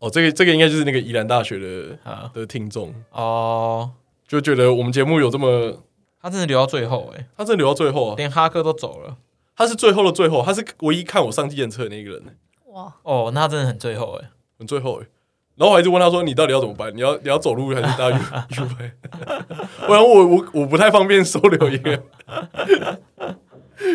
S1: 哦，这个这个应该就是那个宜兰大学的
S2: 啊。
S1: 的听众，
S2: 哦，
S1: 就觉得我们节目有这么，
S2: 他真的留到最后哎、
S1: 他真的留到最后、啊，
S2: 连哈哥都走了。
S1: 他是最后的最后，他是唯一看我上计程车的那一个人、
S3: 哇，
S2: 哦，那他真的很最后哎、
S1: 很最后、欸。然后我还是问他说：“你到底要怎么办？你要你要走路还是搭 U U 呗？”我想我我我不太方便收留一个，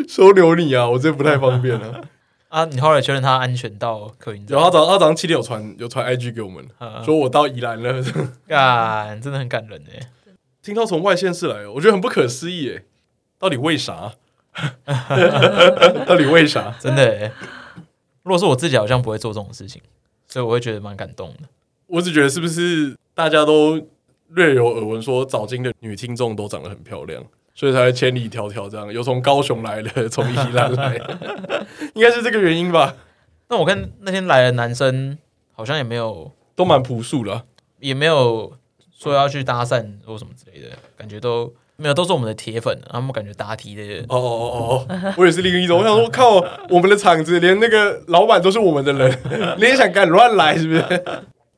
S1: 收留你啊，我这不太方便啊。
S2: 啊，你后来确认他安全到客运站
S1: 然后他早他早上七点有啊传有传 IG 给我们，
S2: 嗯
S1: 说我到宜兰了，
S2: 干，真的很感人哎、
S1: 听到从外县市来，我觉得很不可思议诶，到底为啥？ 到底为啥？
S2: 真的、欸。如果是我自己，好像不会做这种事情，所以我会觉得蛮感动的。
S1: 我只觉得是不是大家都略有耳闻，说早金的女听众都长得很漂亮，所以才会千里迢迢这样，有从高雄来的，从宜兰 来的，应该是这个原因吧？
S2: 那我看那天来的男生好像也没有，
S1: 都蛮朴素的啊、
S2: 也没有说要去搭讪或什么之类的，感觉都没有，都是我们的铁粉，他们感觉答题的
S1: 哦哦哦哦哦，我也是另一种。我想说，靠，我们的厂子连那个老板都是我们的 人，你也想敢乱来是不是？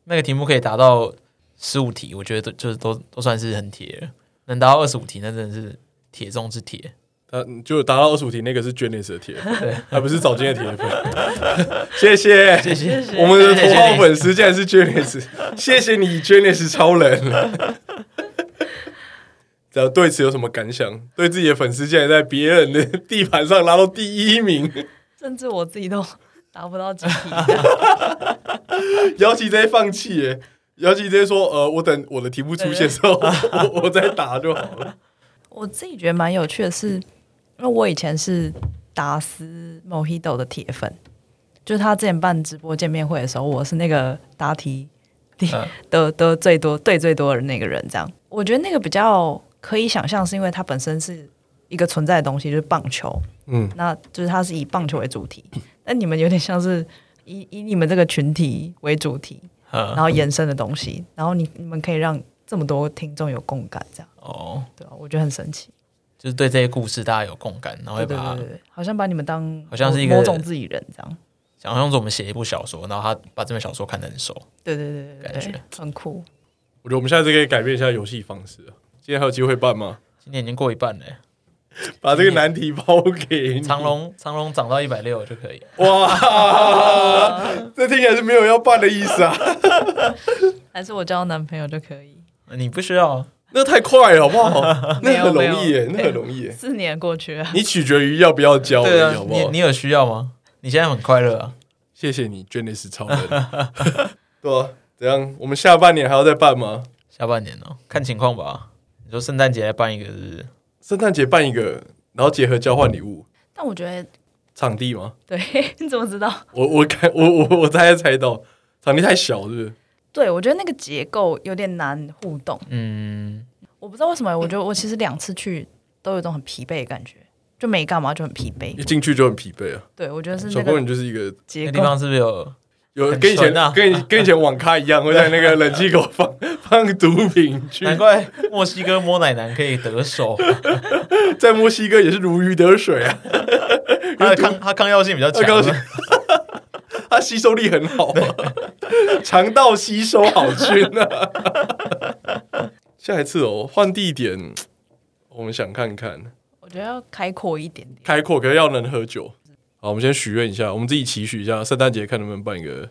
S2: 那个题目可以达到十五题，我觉得都就是都都算是很铁了。能达到二十五题，那真的是铁中之铁。
S1: 他就达到二十五题，那个是卷 e 的铁粉，还不是早金的铁粉。谢谢，谢
S2: 谢
S3: 谢
S1: 我们的头号
S2: 谢谢
S1: 粉丝竟然是 Janice，谢谢你，Janice 超人。然后对此有什么感想？对自己的粉丝竟然在别人的地盘上拉到第一名，
S3: 甚至我自己都 达不到集体。
S1: 姚琦直接放弃耶！姚琦直接说：“呃，我等我的题目出现之后，我我再答就好了。
S3: 我自己觉得蛮有趣的是，因为我以前是达斯 Mojito 的铁粉，就是他之前办直播见面会的时候，我是那个答题第
S2: 嗯
S3: 得得最多对最多的那个人。这样，我觉得那个比较可以想象，是因为它本身是一个存在的东西，就是棒球。”
S1: 嗯，
S3: 那就是它是以棒球为主题，那你们有点像是以以你们这个群体为主题，然
S2: 嗯，
S3: 后延伸的东西，然后你你们可以让这么多听众有共感，这样
S2: 哦，
S3: 对吧、啊我觉得很神奇。
S2: 就是对这些故事大家有共感，然后会
S3: 对对
S2: 把
S3: 对
S2: 它
S3: 对，对好像把你们当
S2: 好像是一个
S3: 某某种自己人这样。
S2: 想象中我们写一部小说，然后他把这本小说看得很熟。
S3: 对对对对对
S2: 感
S3: 对
S2: 觉，
S3: 很酷。
S1: 我觉得我们下次可以改变一下游戏方式啊。今天还有机会办吗？
S2: 今年已经过一半了，欸
S1: 把这个难题包给你
S2: 嗯 长龙长龙涨到一百六就可以。
S1: 哇，这听起来是没有要办的意思啊！
S3: 还是我交男朋友就可以，
S2: 你不需要，啊
S1: 那太快了，好不 好？
S3: 没
S1: 那
S3: 有
S1: 很容易耶，
S3: 没有
S1: 那很容易耶。
S3: 四年过去了，
S1: 你取决于要不要交而
S2: 对啊
S1: 已，好，不
S2: 你
S1: 好
S2: 你？有需要吗？你现在很快乐啊，
S1: 谢谢你，捐的是超 人。对啊，怎样？我们下半年还要再办吗？
S2: 下半年哦，看情况吧。你说圣诞节来办一个是不是？
S1: 圣诞节办一个，然后结合交换礼物，
S3: 但我觉得
S1: 场地吗？
S3: 对， 你怎么知道？
S1: 我我看我我我大概猜到，场地太小是不是？
S3: 对我觉得那个结构有点难互动，
S2: 嗯，
S3: 我不知道为什么，我觉得我其实两次去都有一种很疲惫的感觉，就没干嘛就很疲惫
S2: 嗯
S1: 一。进去就很疲惫啊。
S3: 对我觉得是
S1: 小
S3: 那
S1: 朋友
S3: 个
S1: 你就是一个
S3: 结
S2: 那地
S3: 构。
S2: 方是不是有
S1: 有
S2: 很
S1: 跟以前
S2: 纯啊
S1: 跟以跟以前网咖一样，会在那个冷气口放放毒品去，
S2: 难怪墨西哥摸奶男可以得手，啊
S1: 在墨西哥也是如鱼得水啊，
S2: 他的抗他抗药性比较
S1: 他高
S2: 强啊
S1: 兴。它吸收力很好、啊，肠道吸收好菌啊。下一次哦，换地点，我们想看看
S3: 我觉得要开阔一点点。
S1: 开阔，可是要能喝酒。好，我们先许愿一下，我们自己期许一下，圣诞节看能不能办一个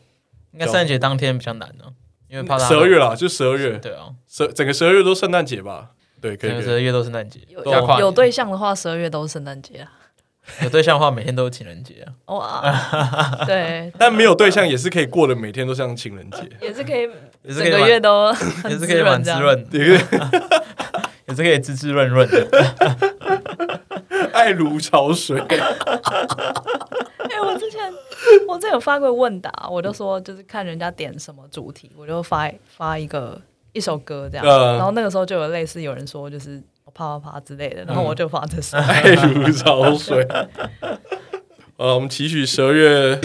S2: 应该圣诞节当天比较难呢、因为怕他
S1: 十二月啊啦，就十二月，
S2: 对啊，
S1: 十整个十二月都圣诞节吧？对，可以
S2: 整个
S1: 可
S2: 十
S1: 以。
S2: 二月都圣诞节，
S3: 有
S2: 加啊跨
S3: 有
S2: 年
S3: 有对象的话，十二月都是圣诞节啊。
S2: 有对象的话，每天都是情人节啊。
S3: 哇，对，
S1: 但没有对象也是可以过的，每天都像情人 节。
S3: 也是可以，
S2: 也是
S3: 整
S2: 可以
S3: 个
S2: 蛮
S3: 月都
S2: 也
S3: 很
S2: 是
S3: 滋
S2: 可以蛮
S3: 润
S2: 滋
S3: 这 样。
S2: 润的，
S1: 对，
S2: 也是可以滋滋润润的。
S1: 爱如潮水。
S3: 哎、我之前我之前有发过问答，我就说就是看人家点什么主题，我就发发一个一首歌这样。
S1: 嗯
S3: 然后那个时候就有类似有人说就是啪啪啪之类的，然后
S2: 嗯
S3: 我就发这 首。
S1: 爱如潮水。呃，我们期许十二月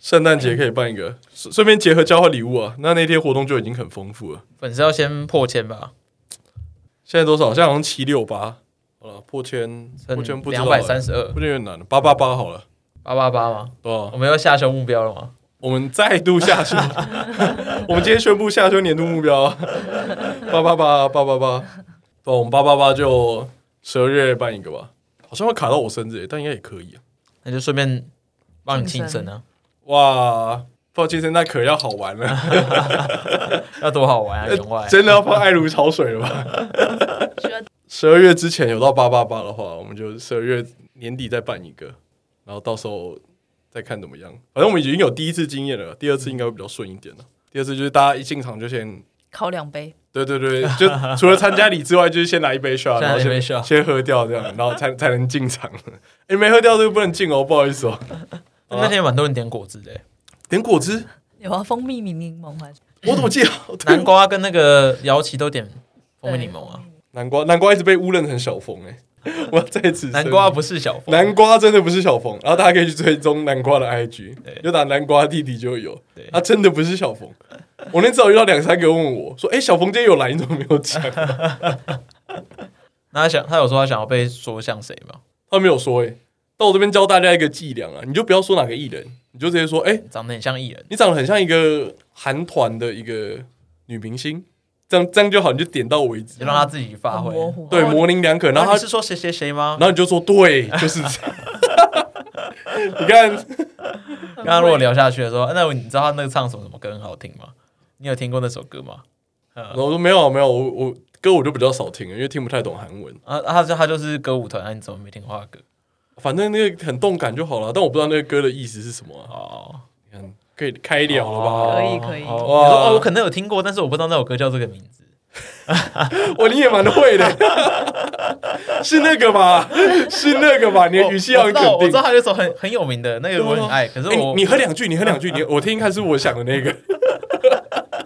S1: 圣诞节可以办一个，顺顺便结合交换礼物啊。那那天活动就已经很丰富了。
S2: 粉丝要先破千吧，
S1: 现在多少？现在好像七六八，好了，破千，破千不知道
S2: 两百三十二
S1: 破千有点难了，八八八好了，
S2: 八八八吗？
S1: 对吧
S2: 我？们要下修目标了吗？
S1: 我们再度 下修，我们今天宣布下修年度目标，八八八八八八，不，我们八八八就十二月办一个吧，好像会卡到我生日耶，但应该也可以啊。
S2: 那就顺便帮你
S3: 庆
S2: 庆
S3: 生
S2: 生啊，
S1: 哇，放健身那可要好玩 了。
S2: 要多好
S1: 呃
S2: 玩啊！员外，
S1: 真的要放爱如潮水了吧？十二月之前有到八八八的话，我们就十二月年底再办一个，然后到时候再看怎么样。反正我们已经有第一次经验了，第二次应该会比较顺一点了。第二次就是大家一进场就先，
S3: 烤两杯，
S1: 对对 对，就除了参加礼之外，就是先来一杯 shot，
S2: 先
S1: 然
S2: 来
S1: 后
S2: 一杯
S1: 先
S2: shot
S1: 先喝掉这样，然后才才能进场。 哎，没喝掉就不能进哦，不好意思哦。
S2: 那天蛮多人点果汁的欸，
S1: 点果汁，
S3: 有啊，蜂蜜柠柠檬还是
S1: 我怎么 记得？对
S2: 南瓜跟那个姚琦都点蜂蜜柠檬啊，
S1: 南瓜，南瓜一直被污认成小冯哎、 我要在此
S2: 南
S1: 声
S2: 瓜
S1: 明
S2: 不是小蜂，
S1: 南瓜真的不是小冯，然后大家可以去追踪南瓜的 IG，
S2: 对
S1: 就打南瓜弟弟就有
S2: 对。
S1: 他真的不是小冯，我那次有遇到两三个问我说：“哎、小冯今天有来，你怎么没有讲
S2: 那他想他有说他想要被说像谁吗？？”
S1: 他没有说、哎，到我这边教大家一个伎俩啊，你就不要说哪个艺人，你就直接说：“哎、
S2: 长得很像艺人，
S1: 你长得很像一个韩团的一个女明星。”这样这样就好，你就点到为止
S2: 就。让他自己发
S3: 很
S2: 挥。
S3: 模糊？
S1: 对，
S3: 哦
S1: 模棱两可。然
S2: 然
S1: 后
S2: 后
S1: 他
S2: 你是说谁谁谁吗
S1: 然？后你就说：“对，就是这样。” 你看，
S2: 刚刚如果聊下去的时候，啊那你知道他那个唱什么什么歌很好听吗？你有听过那首歌吗？
S1: 然后我说没有没有，我我歌我就比较少听，因为听不太懂韩文。
S2: 啊，啊他就他就是歌舞团，啊你怎么没听过他的歌？
S1: 反正那个很动感就好了，但我不知道那个歌的意思是什么、啊。
S2: 哦，
S1: 你看，可以开聊了吧？
S3: 可以可以
S2: 哦
S1: 哇
S2: 你说哦，我可能有听过，但是我不知道那首歌叫这个名字。
S1: 哇，你也蛮会的， 是那个吧？是那个吧？你的语气要
S2: 我
S1: 很
S2: 知道
S1: 肯
S2: 我知
S1: 定
S2: 道。他有一首很很有名的那个，我很爱。可是
S1: 哎
S2: 我
S1: 你你喝两句，你喝两句，你我听一看是我想的那个。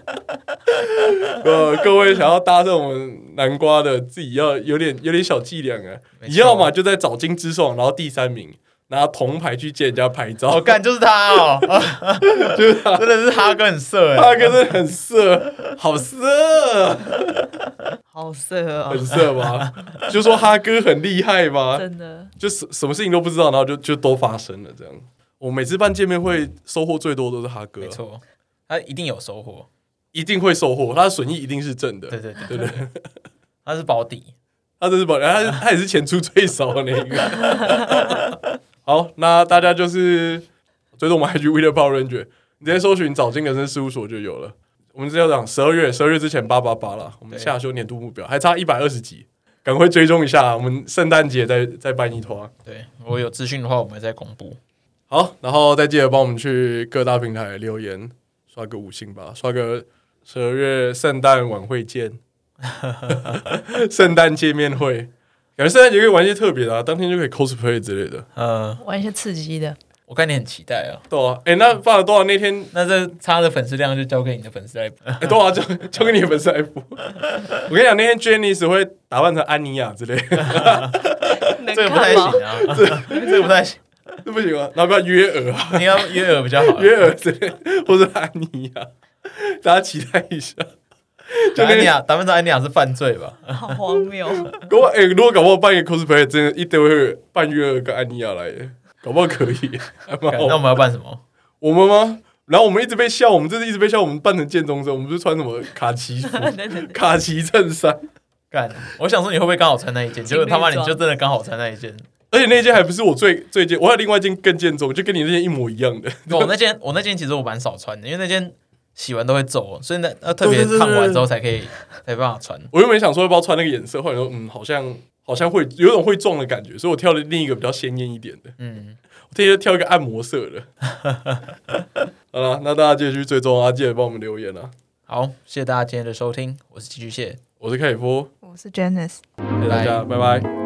S1: 呃，各位想要搭这种南瓜的，自己要有点有点小伎俩啊。
S2: 没错
S1: 你要嘛就在找金之颂，然后第三名拿铜牌去借人家牌照，
S2: 我干就是他哦，
S1: 就是他
S2: 真的是他哥很色 哎。
S1: 他哥真的很色，好色。
S3: 好色 啊
S1: 很，色 吗？就说哈哥很厉害吗？
S3: 真的。
S1: 就什什么事情都不知道，然后就就都发生了这样。我每次办见面会，收获最多都是哈哥
S2: 没，错，他一定有收获。
S1: 一定会收获，他的损益一定是正
S2: 对
S1: 的。
S2: 对对对，他是保底。
S1: 他这是本来他他也是钱出最少的那一个。 好，那大家就是追踪我们 IG w e e Power Ranger，你直接搜寻找金人生事务所就有了。我们只要讲十二月，十二月之前八八八了，我们
S2: 对
S1: 下修年度目标还差一百二十集，赶快追踪一下，我们圣诞节再再办一团。
S2: 对我有资讯的话，我们会再公布。
S1: 好，然后再记得帮我们去各大平台留言，刷个五星吧，刷个十二月圣诞晚会见， 圣诞见面会，感觉圣诞节可以玩一些特别的、啊，当天就可以 cosplay 之类的，
S2: 嗯，
S3: 玩一些刺激的，
S2: 我看你很期待啊。
S1: 对啊，哎，那发了多少那天，
S2: 那这他的粉丝量就交给你的粉丝来补。
S1: 哎，多 少交交给你的粉丝来补。我跟你讲，那天 Jenny 只会打扮成安妮亚之类 的，
S3: 这
S2: 这个不太行啊， 这个不太行。
S1: 这不行啊，然后不要约尔啊，
S2: 你要约尔比较好啊。
S1: 约尔之类，或者安妮亚，大家期待一下。就哦那
S2: 安
S1: 个
S2: 妮亚，打扮成安妮亚是犯罪吧？
S3: 好荒谬。
S1: 搞不好，哎、如果搞不好扮演 cosplay，真的一定会扮约尔跟安妮亚来耶，搞不好可以，还蛮
S2: 那我
S1: 好。
S2: 们要办什么？
S1: 我们吗？然后我们一直被笑，我们这次一直被笑，我们扮成建中生，我们不是穿什么卡其服、
S3: 对对对，
S1: 卡其衬衫，
S2: 干！我想说你会不会刚好穿那一件？结果他妈你
S3: 情侣装
S2: 就真的刚好穿那一件。
S1: 而且那件还不是我最最件，我还有另外一件更建中，就跟你那件一模一样的。
S2: 我那件我那件其实我蛮少穿的，因为那件洗完都会皱，所以那那特别
S1: 对对对对
S2: 烫完之后才可以才有办法穿。
S1: 我原本想说要不要穿那个颜色，后来说嗯，好像好像会有种会撞的感觉，所以我挑了另一个比较鲜艳一点的。
S2: 嗯，
S1: 这些挑一个按摩色的。好了，那大家继续追踪啊，记得帮我们留言啊。
S2: 好，谢谢大家今天的收听，我是寄居蟹，
S1: 我是凯夫，
S3: 我是 Janice。
S1: 谢谢大家，拜拜。
S2: 拜拜。